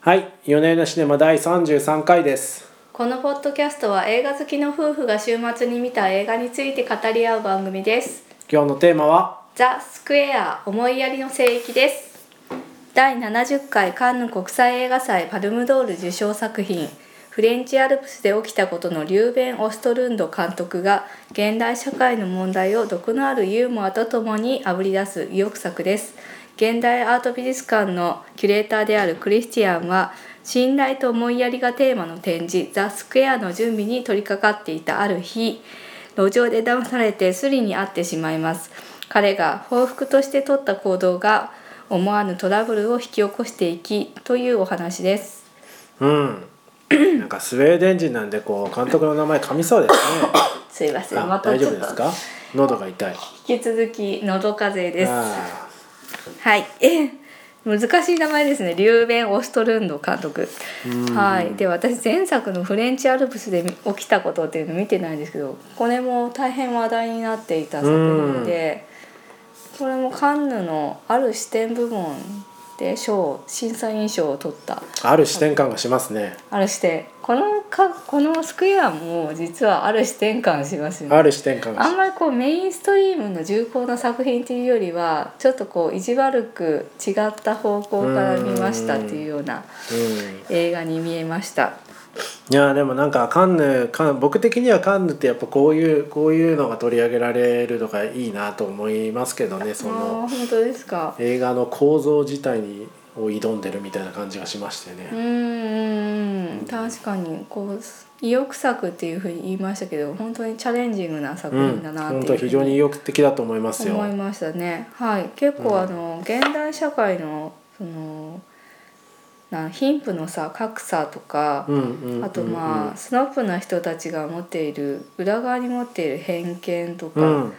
はい、夜な夜なシネマ第33回です。このポッドキャストは映画好きの夫婦が週末に見た映画について語り合う番組です今日のテーマは、ザ・スクエア思いやりの聖域です第70回カンヌ国際映画祭パルムドール受賞作品フレンチアルプスで起きたことのリューベン・オストルンド監督が現代社会の問題を毒のあるユーモアとともにあぶり出す意欲作です現代アート美術館のキュレーターであるクリスティアンは信頼と思いやりがテーマの展示「ザ・スクエア」の準備に取り掛かっていたある日路上で騙されてスリに遭ってしまいます彼が報復として取った行動が思わぬトラブルを引き起こしていきというお話です うん、なんかスウェーデン人なんでこう監督の名前噛みそうです ね。すいませんあまた大ち丈ょ夫っでとすか？喉が痛い。引き続きのど風邪ですあはい、難しい名前ですねリューベン・オストルンド監督はいで私前作の「フレンチ・アルプス」で起きたことっていうの見てないんですけどこれも大変話題になっていた作品でこれもカンヌのある視点部門で賞審査員賞を取ったーある視点感がしますね。ある視点このかこのスクエアも実はある視点感しますよねある視点感があんし。まりこうメインストリームの重厚な作品っていうよりはちょっとこう意地悪く違った方向から見ましたっていうようなうん。映画に見えましたいやーでもなんかカンヌカン僕的にはカンヌってやっぱこういうこういうのが取り上げられるのがいいなと思いますけどねあそーの本当ですか映画の構造自体にを挑んでるみたいな感じがしましてうね。んうんうん確かにこう意欲作っていうふうに言いましたけど本当にチャレンジングな作う品んだ、なっていう本ふう当非常に意欲的だと思いますよ。思いましたね。はい、結うん構あの、現代社会のそのな貧富のさ格差とか、うんうんうんうんあとまあ、スナップな人たちが持っている裏側に持っている偏見とか、うん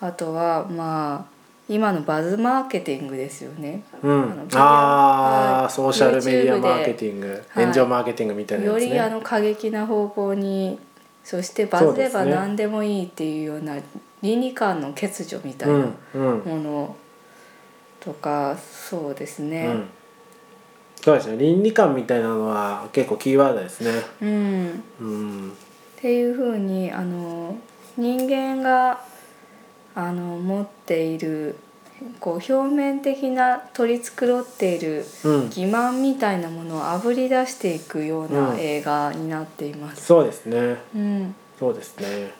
あとはまあ今のバズマーケティングですよね。うあのん、ああ、はいソーシャルメディア YouTube でマーケティング、はい炎上マーケティングみたいなやよつりあねの過激な方向にそしてバそうズでれすばね何でもいいっていうような倫理観の欠如みたいうなんうんものとかそうですうね。んそうですね倫理観みたいなのは結構キーワードですねうん、っうんていうふうにあの人間があの持っているこう表面的な取り繕っていうるん欺瞞みたいなものをあぶり出していくよううなん映画になっています。そうですねうん、そうですね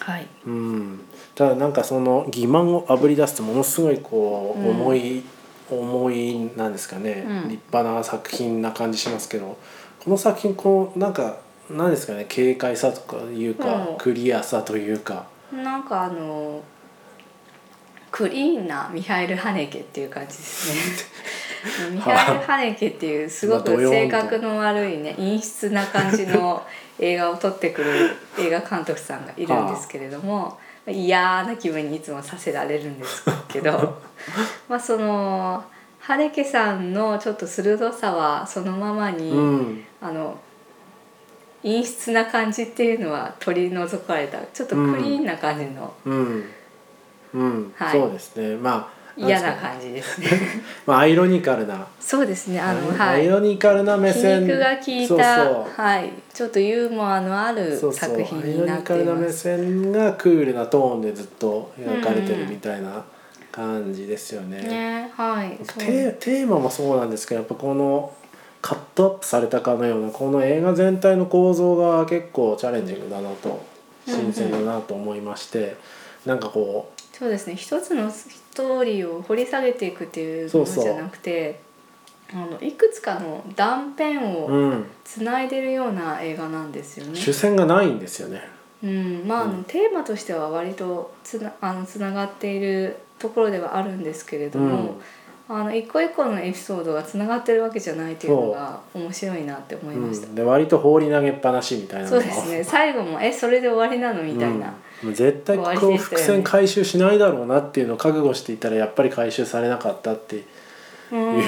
はい、うんただなんかその欺瞞をあぶり出すとものすごいこううん重い、重いなんですかね、うん立派な作品な感じしますけどこの作品こうなんかなんですかね軽快さとかいうか、うんクリアさというかなんかあのクリーンなミハイル・ハネケっていう感じです ね。ミハイル・ハネケっていうすごく性格の悪いね陰湿な感 じの映画を撮ってくる映画監督さんがいるんですけれども嫌な気分にいつもさせられるんです けどまあそのハネケさんのちょっと鋭さはそのままに、うんあの陰湿な感じっていうのは取り除かれたちょっとクリーンな感じのうん、うんはいそうですねまあ嫌んなですかね感じですね。まあアイロニカルな そうですねあの、アはいイ、ロニカルな目皮線肉が効いたはい、ちょっとユーモアのあるそうそうそう作品アイにロなっニカていルなま目す。線がクールなトーンでずっと描かれてるみたいな感じですよね。ねはいそうテテーマもそうなんですけどやっぱこのカットアップされたかのようなこの映画全体の構造が結構チャレンジングだなと新鮮だなと思いまして、なんかこうそうですね一つのストーリーを掘り下げていくっていうそもうのそうじゃなくてあのいくつかの断片をうんつないでるような映画なんですよね。主戦がないんですよね。うん、まああの、うんテーマとしては割とつなあのつながっているところではあるんですけれども、あの一個一個のエピソードがつながってるわけじゃないというのが面白いなって思いましたう。ん、で割と放り投げっぱなしみたいなのそうがですね最後も「えそれで終わりなの?」みたういな、んもう絶対終こうわりでした伏よね線回収しないだろうなっていうのを覚悟していたらやっぱり回収されなかったってうんいや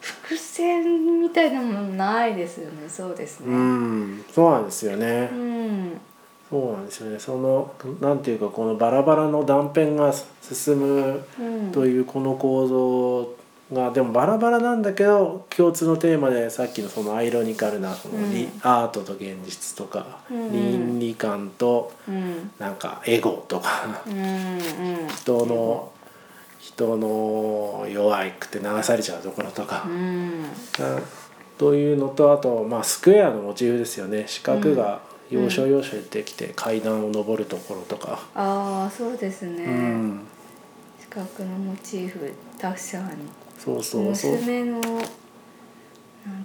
伏線みたいなものないですよねそうですうね。んそうなんですよね、うんそうなんですよねそのなんていうかこのバラバラの断片が進むうんというこの構造がでもバラバラなんだけど共通のテーマでさっきのそのアイロニカルなそのリ、うんアートと現実とか、うん倫理観とうんなんかエゴとかうんうん人の人の弱いくて流されちゃうところとかう、んうんというのとあと、まあ、スクエアのモチーフですよね四角が要所要所にできて階段を上るところとか。ああそうですね、うん四角のモチーフ確かにそうそうそう娘のなん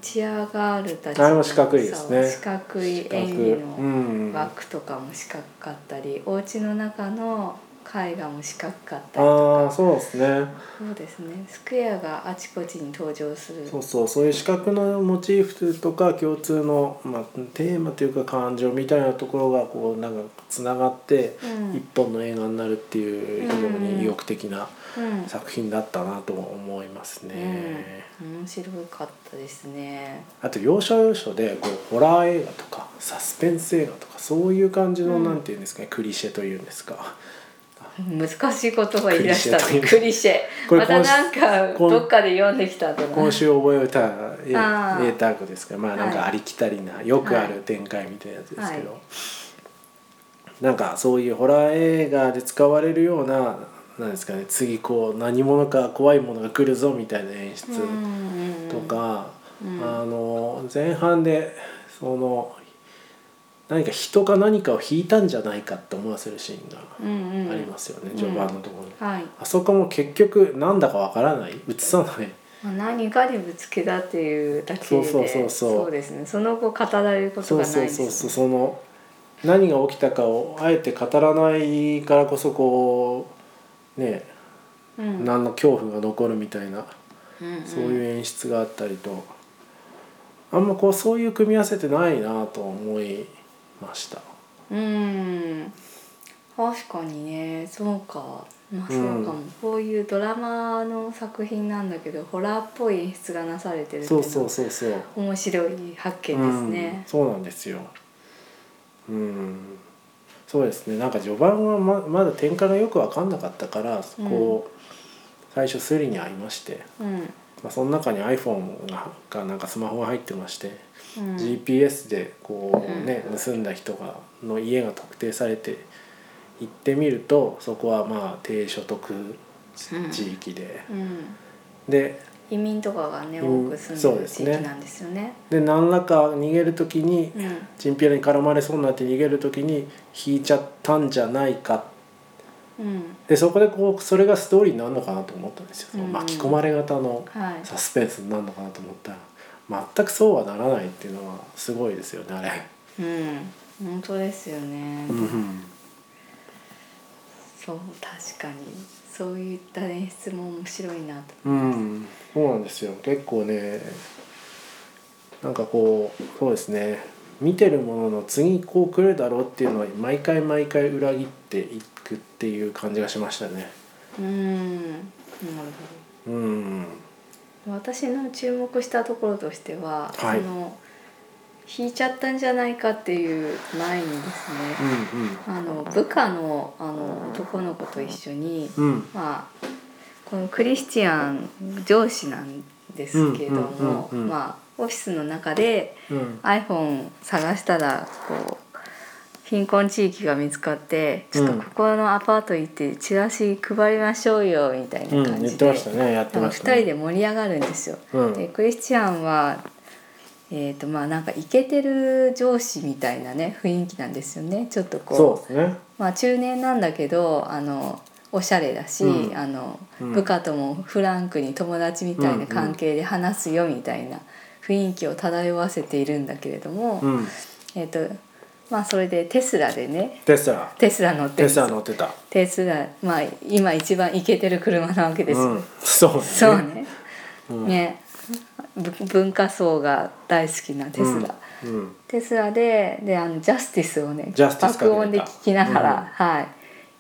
チアガールたちあれも四角いですねそう四角い四角演技うのん、枠とかも四角かったり、お家の中の絵画も四角かったりああとかそうですねそうですねスクエアがあちこちに登場するそうそうそういう視覚のモチーフとか共通の、まあ、テーマというか感情みたいなところがこうなんかつながってうん一本の映画になるっていう非常に意欲的なうん、作品だったなと思いますね。うん、面白かったですねあと要所要所でこうホラー映画とかサスペンス映画とかそういう感じの、うんなんていうんですかねクリシェというんですか難しい言葉言い出したクリシェというクリシェこれまたなんか今どっかで読んできたとか今週覚えたあー英単語ですけどまあなんはかいありきたりなよくある展開みたいなやつですけど、はなんかそういうホラー映画で使われるようななんですかね次こう何者か怖いものが来るぞみたいな演出とか、うんうんあの前半でその何か人か何かを引いたんじゃないかって思わせるシーンがうんうんうんありますよね、序盤のところに。はい、あそこも結局なんだかわからない映さないまあ、何かにぶつけたっていうだけでそうそうそうそうそうですねその後語られることそうがないんそうですそうそうその何が起きたかをあえて語らないからこそこうねうん何の恐怖が残るみたいなうんうん、そういう演出があったりとあんまこうそういう組み合わせてないなと思いました。うん確かにねそうかまあそううんかも、こういうドラマの作品なんだけどホラーっぽい演出がなされてるっていそううそうのはそうそう。面白い発見ですねうん、。そうなんですよ。うん。そうですね。なんか序盤はままだ展開がよく分かんなかったから、こう最初スリに合いまして。うんまあ、その中に iPhone ががなんかスマホが入ってまして、うん GPS でこうね、うん盗んだ人がの家が特定されて行ってみるとそこはまあ低所得地域で、うんで移民とかがねうん多く住そうんででるす地ね域なんですよね。で何らか逃げる時に、うんチンピラに絡まれそうになって逃げる時に引いちゃったんじゃないかうんでそこでこうそれがストーリーになるのかなと思ったんですよ、そのうん巻き込まれ型のはいサスペンスになるのかなと思ったら全くそうはならないっていうのはすごいですよねあれ。うん本当ですよね。うんそう確かにそういった演出も面白いなと。うん、そうなんですよ結構ねなんかこうそうですね見てるものの次こう来るだろうっていうのは毎回毎回裏切っていくっていう感じがしましたねうんなるうんほど。私の注目したところとしては、はいその引いちゃったんじゃないかっていう前にですうね、んあの部下のあの男の子と一緒に。うんうんまあ、このクリスチャン上司なんですけども、うんうんうんうんまあ、オフィスの中でうん iPhone 探したらこう貧困地域が見つかってちょっとうんここのアパート行ってチラシ配りましょうよみたいなうん感言っじてで、ましたねやってなんまかし2た人ねで盛り上がるんですよ。うんでクリスチャンはえー、とまあなんかイケてる上司みたいなね雰囲気なんですよねちょっとこうそうですねまあ、中年なんだけどあのおしゃれだし、うんあのうん部下ともフランクに友達みたいな関係で話すよみたいな雰囲気を漂わせているんだけれども、うんえっとまあ、それでテスラでねテスラテスラ乗ってるんテですスラよ乗ってたテスラ、まあ、今一番イケてる車なわけですよ、うんそうねそうねうんねぶ文化層が大好きなテスラ。うんうんテスラでであのジャスティスをねジャスティスかけて爆た音で聞きながら、は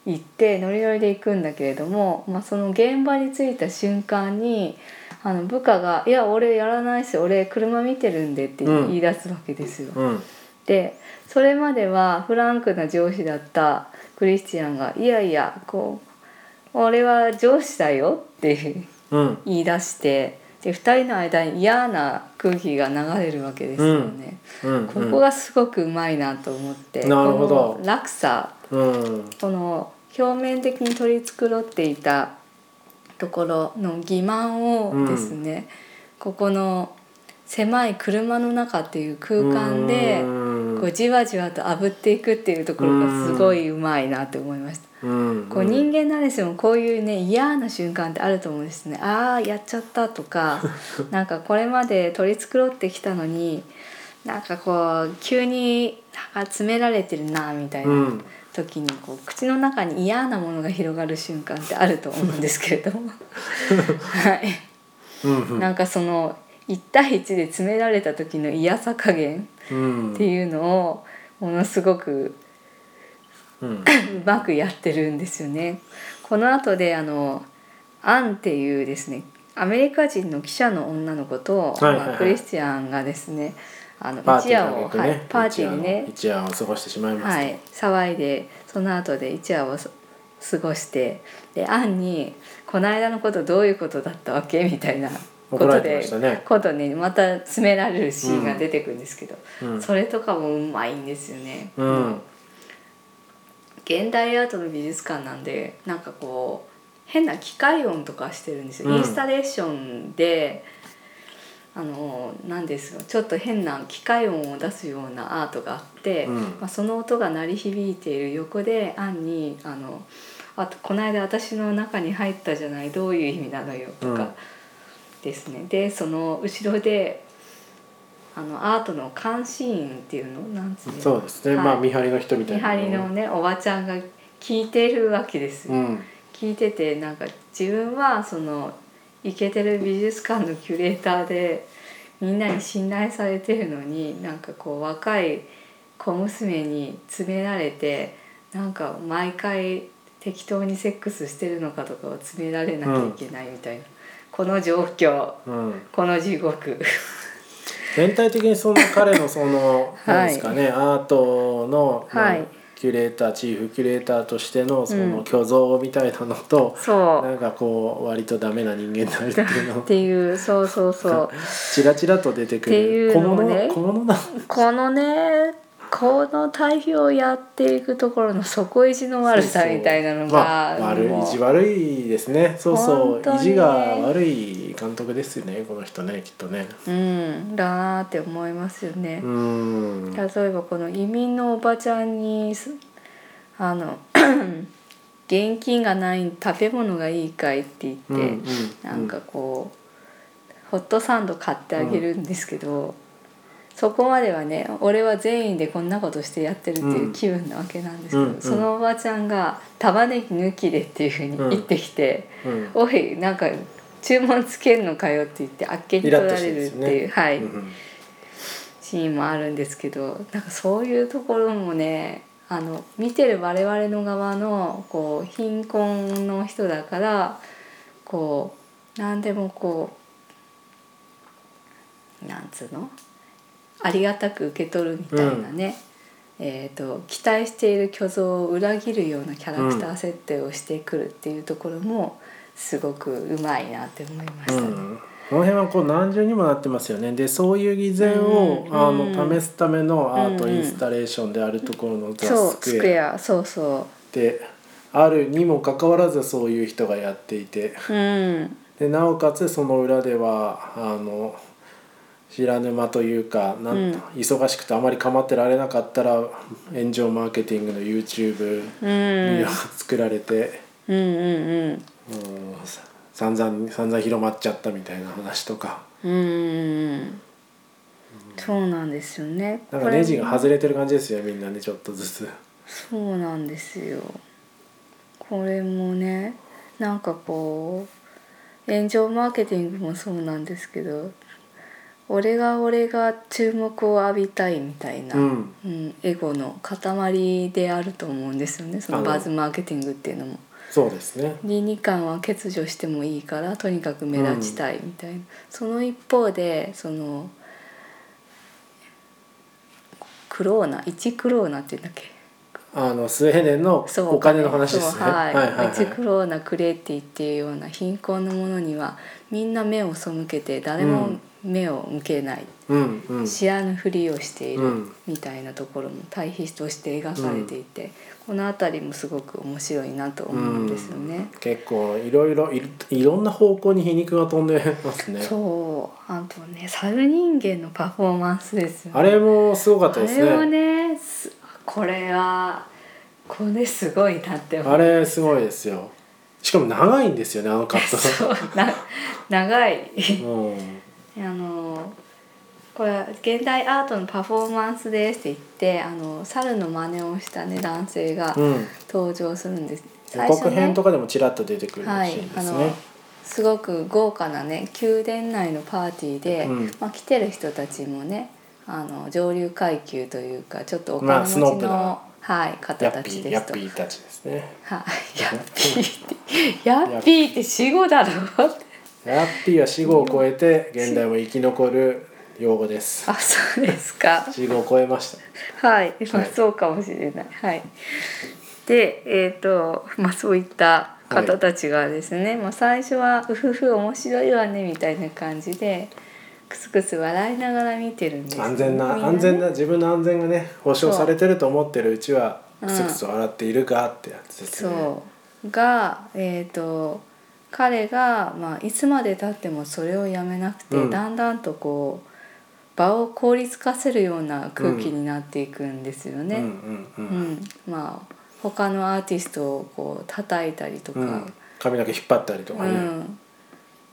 い、行ってノリノリで行くんだけれども、まあ、その現場に着いた瞬間にあの部下が「いや俺やらないし俺車見てるんで」ってうん言い出すわけですよ。うんでそれまではフランクな上司だったクリスチャンが「いやいやこう俺は上司だよ」ってうん言い出してで2人の間に嫌な空気が流れるわけですよね、うんここがすごくうまいなと思って、なるほどこの落差うんこの表面的に取り繕っていたところの欺瞞をですね、ここの狭い車の中っていう空間でこうじわじわと炙っていくっていうところがすごいうまいなって思いました。うんこう人間なれしてもこういうね嫌な瞬間ってあると思うんですねああやっちゃった とかなんかこれまで取り繕ってきたのになんかこう急になんか詰められてるなみたいうなん時にこう口の中に嫌なものが広がる瞬間ってあると思うんですけれ どもはいうんうんなんかその1対1で詰められた時の嫌さ加減うんっていうのをものすごくうんうまくやってるんですよね。この後であのアンっていうですねアメリカ人の記者の女の子と、はいはいはいまあクリスチャンがですねあのパー一ティ夜ーをを、はいね、パーティーにね一夜を過ごしてしまいまはしい、騒いでその後で一夜をそ過ごしてでアンに「この間のことどういうことだったわけ?」みたいなこ怒とられてでましたねことにまた詰められるシーンが出てくるんですけど、た、うんそれとかもうまいんですよね。うん現代アートの美術館なんでなんかこう変な機械音とかしてるんですよ、うんインスタレーションであのなんですよちょっと変な機械音を出すようなアートがあって、うんまあ、その音が鳴り響いている横でアンにあのあと「この間私の中に入ったじゃないどういう意味なのよ」とうんかですね、でその後ろであのアートの監視員っていうのなんつうのそうですね、はいまあ見張りの人みた見いな張りのねおばちゃんが聞いてるわけですよ、うん聞いててなんか自分はそのイケてる美術館のキュレーターでみんなに信頼されてるのになんかこう若い小娘に詰められてなんか毎回適当にセックスしてるのかとかを詰められなきゃいけないみたいな、この状況うん、この地 獄全体的にその彼のその はい何ですかね、アートの、まあはいキュレーターチーフキュレーターとしてのそうんの虚像みたいなのと、そなんかこう割とダメな人間になるっていうのうっを ていうそうそうそう。ちらちらと出てくっているう小のを物、ね小物だこのねこの対比をやっていくところの底意地の悪さみたいなのそうがそうまあ、悪いもう意地悪いですねそうそ本う、当にね意地が悪い監督ですよねこの人ねきっとねうんだなって思いますよねう。ん例えばこの移民のおばちゃんにすあの 現金がない食べ物がいいかいって言って、うんうんなんかこうホットサンド買ってあげるんですけど、そこまではね俺は善意でこんなことしてやってるっていう気分なわけなんですけど、うんうんそのおばちゃんが「玉ねぎ抜きで」っていうふうに言ってきてうん「おいなんか注文つけんのかよ」って言ってあっけに取られるってイラッとしてるんでいう、すよねはい、うんシーンもあるんですけどなんかそういうところもねあの見てる我々の側のこう貧困の人だからこう何でもこうなんつうのありがたく受け取るみたいなね、えー、と期待している虚像を裏切るようなキャラクター設定をしてくるっていうところもすごくうまいなって思いましたうね。んこの辺はこう何重にもなってますよねでそういう偽善を、うんあうのん試すためのアートうんうんインスタレーションであるところのザ・そうススククエエアアそうそであるにもかかわらずそういう人がやっていてううんでなおかつその裏ではあの知らぬ間というかなん、うん忙しくてあまり構ってられなかったら炎上マーケティングの YouTube うんが作られて、うんうんもうさ散々散々広まっちゃったみたいな話とか。うんうんそうなんですよねなんかネジが外れてる感じですよみんなねちょっとずつそうなんですよこれもねなんかこう炎上マーケティングもそうなんですけど俺が俺が注目を浴びたいみたいな、うんうんエゴの塊であると思うんですよねそのバズマーケティングっていうのも。そうですね倫理観は欠如してもいいからとにかく目立ちたいみたいな、その一方でそのクローナ一クローナって言うんだっけあのスウェーデンのそうお金の話ですそうね。はいはいはいメチクローナクレーティっていうような貧困のものにはみんな目を背けて誰も目を向けない、うんうん知らぬふりをしているうんみたいなところも対比として描かれていて、この辺りもすごく面白いなと思うんですよね。結構いろいろいいろんな方向に皮肉が飛んでますね。そうあとね猿人間のパフォーマンスですよねあれもすごかったですあれもね。ねすこれはこれすごいなって思うあれすごいですよ。しかも長いんですよねあのカ ッそうな長い ト。うんあのこれは現代アートのパフォーマンスですって言ってあの猿の真似をしたね男性がうん。登場するんです、予告編ねとかでもちらっと出てくるシはいーンであすのね。すごく豪華なね宮殿内のパーティーで、うんまあ、来てる人たちもねあの上流階級というかちょっとおま金あ持スちノーの、プなはい、方ヤたッピちーでヤすッとピ。ーたちですね。はい、ヤッピーってヤッピーって死語だろうってヤッピーは死後を超えて現代も生き残る用語です。あそうですか死後を超えました。はい、まあ、はいそうかもしれないはいでえっ、とまあそういった方たちがですね、まあ、最初は「うふふ面白いわね」みたいな感じでクスクス笑いながら見てるんですよ安全な、みんね安全な自分の安全がね保障されてると思ってるうちはそうクスクス笑っているかってやつですね。そうがえっ、と彼が、まあ、いつまでたってもそれをやめなくて、うんだんだんとこう場を効率化せるような空気になっていくんですよね。うんうんううん。ん、まあ他のアーティストをこう叩いたりとか、ううんん、髪の毛引っ張ったりとかね。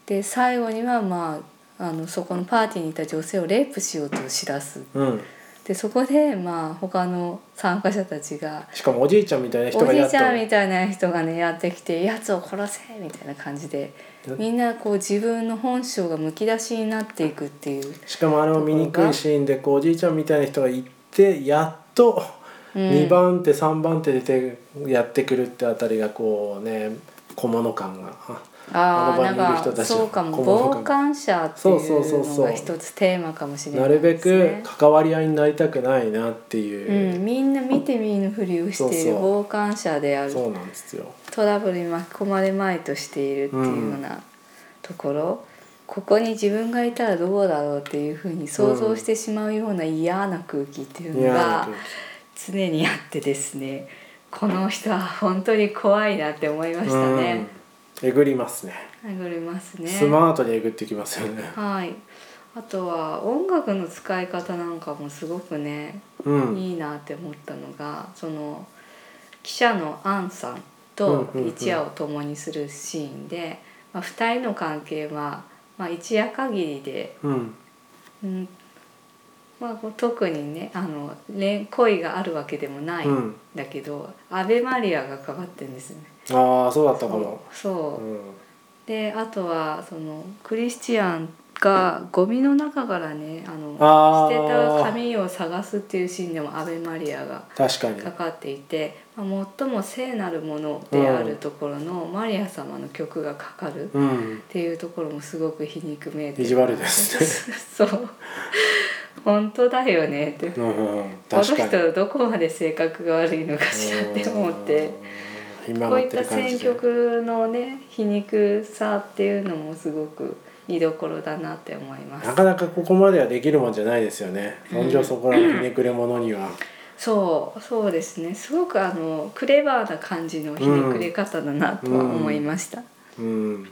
で最後にはまああのそこのパーティーにいた女性をレイプしようとしだすうん。でそこでまあ他の参加者たちがしかもおじいちゃんみたいな人おがじやいっちとゃんみたいな人がねやってきて「やつを殺せ!」みたいな感じでみんなこう自分の本性がむき出しになっていくっていう、しかもあの醜いシーンでこうおじいちゃんみたいな人が行ってやっとうん2番手3番手出てやってくるってあたりがこうね小物感が。ああーのな場にいんる人かたちそうかもこの傍中観者っていそううそうそうのそがう一つテーマかもしれなないるべですね。く関わり合いになりたくないなっていう、うん、みんな見て見ぬふりをしているそうそ傍観者であるそうなんですよ。トラブルに巻き込まれまいとしているっていうようなところ、ここに自分がいたらどうだろうっていうふうに想像してしまうような嫌な空気っていういのやが常にあってですねこの人は本当に怖いなって思いましたね。うん、えぐりますね殴りますねスマートにえぐってきますよねはいあとは音楽の使い方なんかもすごくねうんいいなって思ったのがその記者のアンさんとうんうんうん一夜を共にするシーンで、まあ、2人の関係は、まあ、一夜限りで、うんうんまあ、こう特にねあの恋恋があるわけでもないうんんだけど、アベマリアがかかってるんですね。ああそうだったかそもうそうう、んであとはそのクリスチャンがゴミの中からねあのあ捨てたあ紙を探すっていうシーンでもアベマリアが確かにかかっていて、まあ、最も聖なるものであるところのマリア様の曲がかかるっうんていうところもすごく皮肉めいて意地悪ですね そう本当だよねってこうんうんの確かに人どこまで性格が悪いのかしらって思ってうん今こうなっいってたる感選じで曲のね皮肉さっていうのもすごく見どころだなって思いまなすかなかここまではできるもんじゃないですよね本上そこらのひねくれ者にはそうそうですねすごくあのクレバーな感じのひねくれ方だなとは思いました、うん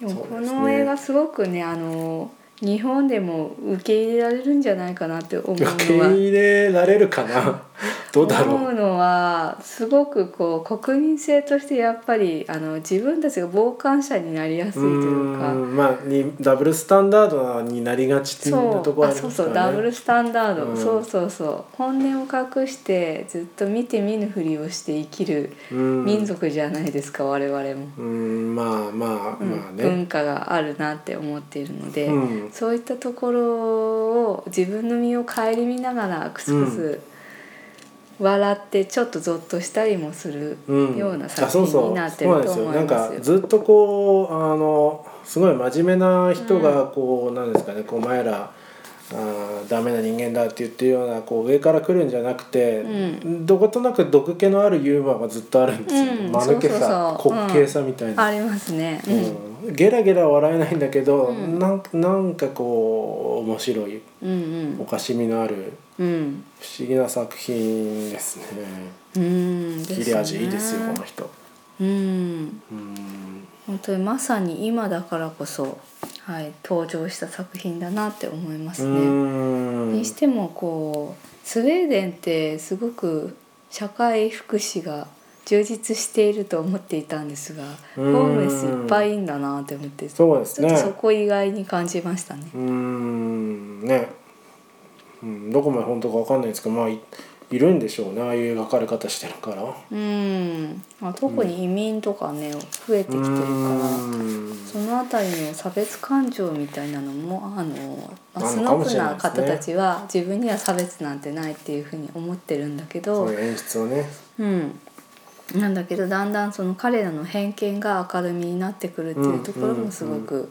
でもそこうですねの映画すごくねあの日本でも受け入れられるんじゃないかなって思うの受けは入れられるかなどうだろ思ううのはすごくこう国民性としてやっぱりあの自分たちが傍観者になりやすいというか。うんまあにダブルスタンダードになりがちっていそううところあありそうますそかうらダねブルスタンダード、うんそうそうそう本音を隠してずっと見て見ぬふりをして生きるうん民族じゃないですか、我々も、うんまあまあうんまあね、文化があるなって思っているので、うんそういったところを自分の身を顧みながらクスクス笑ってちょっとゾッとしたりもするうんようなあ作そうそう品になってるとそう思ないんですよなんかますよ。ずっとこうあのすごい真面目な人がこう、なんですかねこうお前らあーダメな人間だって言ってるようなこう上から来るんじゃなくて、うどことなく毒気のあるユーモアがずっとあるんですよ、うん間抜けさそうそうそう滑稽さみたいな、ありますね。うんゲラゲラ笑えないんだけど、うんなんなんかこう面白いうん、うんおかしみのあるうん、不思議な作品ですね。うん、切れ味いいですよねこの人。うん、うん本当にまさに今だからこそ、はい、登場した作品だなって思いまうすね。んにしてもこうスウェーデンってすごく社会福祉が充実していると思っていたんですが、うんホームレスいっぱいいんだなって思って、ちょっそうですとそね。こ意外に感じましたね。うんね、うん、どこまで本当かわかんないですけどまあいいるんでしょうねああいう描かれ方してるから。うん、まあ、特に移民とかね、増えてきてるから。うんそのあたりの差別感情みたいなのもあの、まああスるのかノもブしれないなですね方たちは自分には差別なんてないっていうふうに思ってるんだけどそういう演出をね。うん、なんだけどだんだんその彼らの偏見が明るみになってくるっていうところもすごく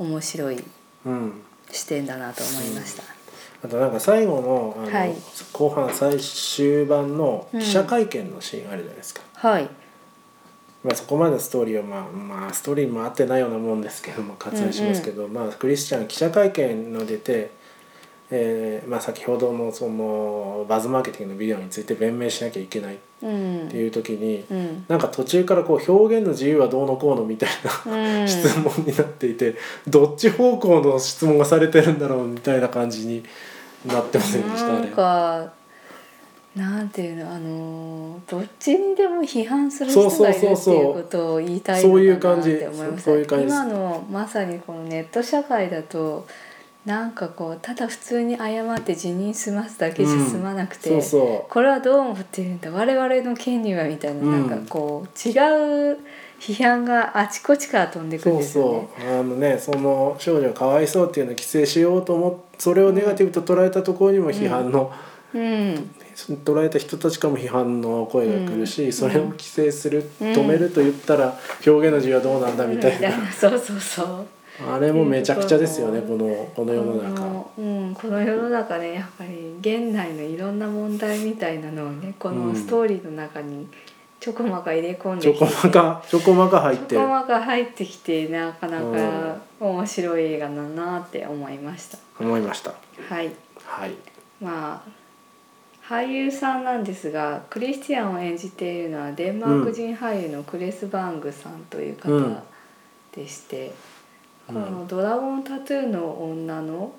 面白いうん。視点だなと思いました。あとなんか最後のあの、はい後半最終盤の記者会見のシーンあるじゃないですか、はい、まあ、そこまでのストーリーは、まあ、まあストーリーも合ってないようなもんですけども割愛しますけど、まあ、クリスチャン記者会見の出て、えーまあ、先ほどのそのバズマーケティングのビデオについて弁明しなきゃいけないっうんていう時に、うんなんか途中からこう表現の自由はどうのこうのみたいな、うん質問になっていてどっち方向の質問がされてるんだろうみたいな感じになってませんでしたあなれんかなんていうのあのどっちにでも批判するそ人うそうがいるそうっていうそうことを言いたいそういうのか感なっじて思いましそうそういうた感じです今のまさにこのネット社会だとなんかこうただ普通に謝って辞任済ますだけじゃ済まなくて、そうそこれはどう思ってるんだ我々の権利はみたいな、うんなんかこう違う批判があちこちから飛んでうくるんそうですそよねうあのねその少女がかわいそうっていうのを規制しようと思っそれをネガティブと捉えたところにも批判の、うん捉えた人たちからも批判の声が来るし、うんそれを規制する、うん止めると言ったら表現の自由はどうなんだみたいな、 そうそうそうあれもめちゃくちゃですよねうんこのこの世の中。このうん、この世の中ねやっぱり現代のいろんな問題みたいなのをねこうのんストーリーの中にちょこまか入れ込んちでょきて、こまかちょこまか入ってちょるこまか入ってきてなかなか面白い映画だなって思いました。思いました。はいはい。まあ俳優さんなんですがクリスティアンを演じているのはデンマーク人俳優のクレス・バングさんというう方んでして、うんこの「ドラゴンタトゥーの女」の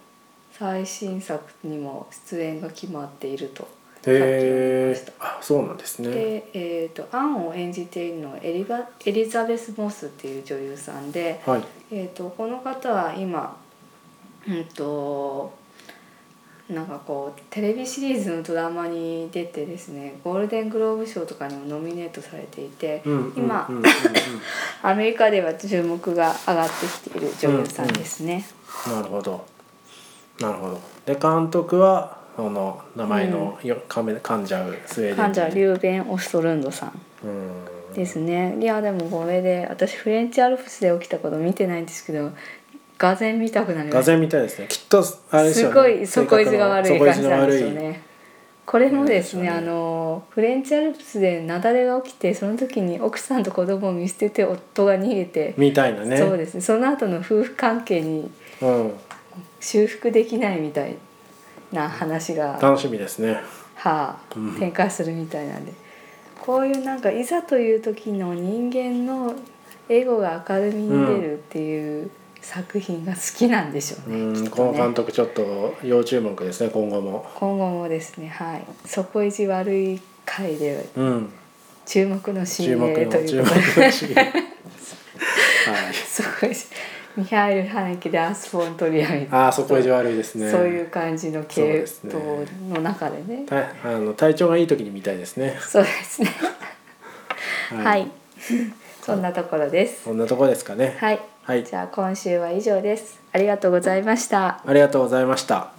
最新作にも出演が決まっていると。へさっえ。あそうなんですね。で、えー、とアンを演じているのはエリバエリザベス・モスっていう女優さんで、はい。えー、とこの方は今うんとなんかこうテレビシリーズのドラマに出てですねゴールデングローブ賞とかにもノミネートされていてうん今 うんうんうんアメリカでは注目が上がってきている女優さんですね。なるほど。なるほど。で監督はその名前のよ噛め噛んじゃうスウェーデン人。患者リューベン・オストルンドさんうん。ですね、いやでもこれで私フレンチアルプスで起きたこと見てないんですけどがぜん見たくなりま画した前みたいですね。きっとあれですよすね。ごい底意地が悪い感じなんです底よ意地が悪い。ね。これもですね、うんあのフレンチアルプスで雪崩が起きてその時に奥さんと子供を見捨てて夫が逃げて、みたいなね。そうですねその後の夫婦関係にうん。修復できないみたいな話が、は楽しみですね。あうん、展開するみたいなんでこういうなんかいざという時の人間のエゴが明るみに出るっていう作品が好きなんでしょううね。きん、っとこのね監督ちょっと要注目ですね。今後も。今後もですねはい底意地悪い回でうん。注目の新注目鋭のとい注目うことで のシーン。はい。すごいミハイル・ハネケでアスフォントリアミああ、そこ意地悪いですね。そういう感じの系そうで統すの中でねたあの体調がいい時に見たいですね。そうですねはい、そんなところですこんなとこですかね。はい、はいじゃあ今週は以上ですありがとうございましたありがとうございました。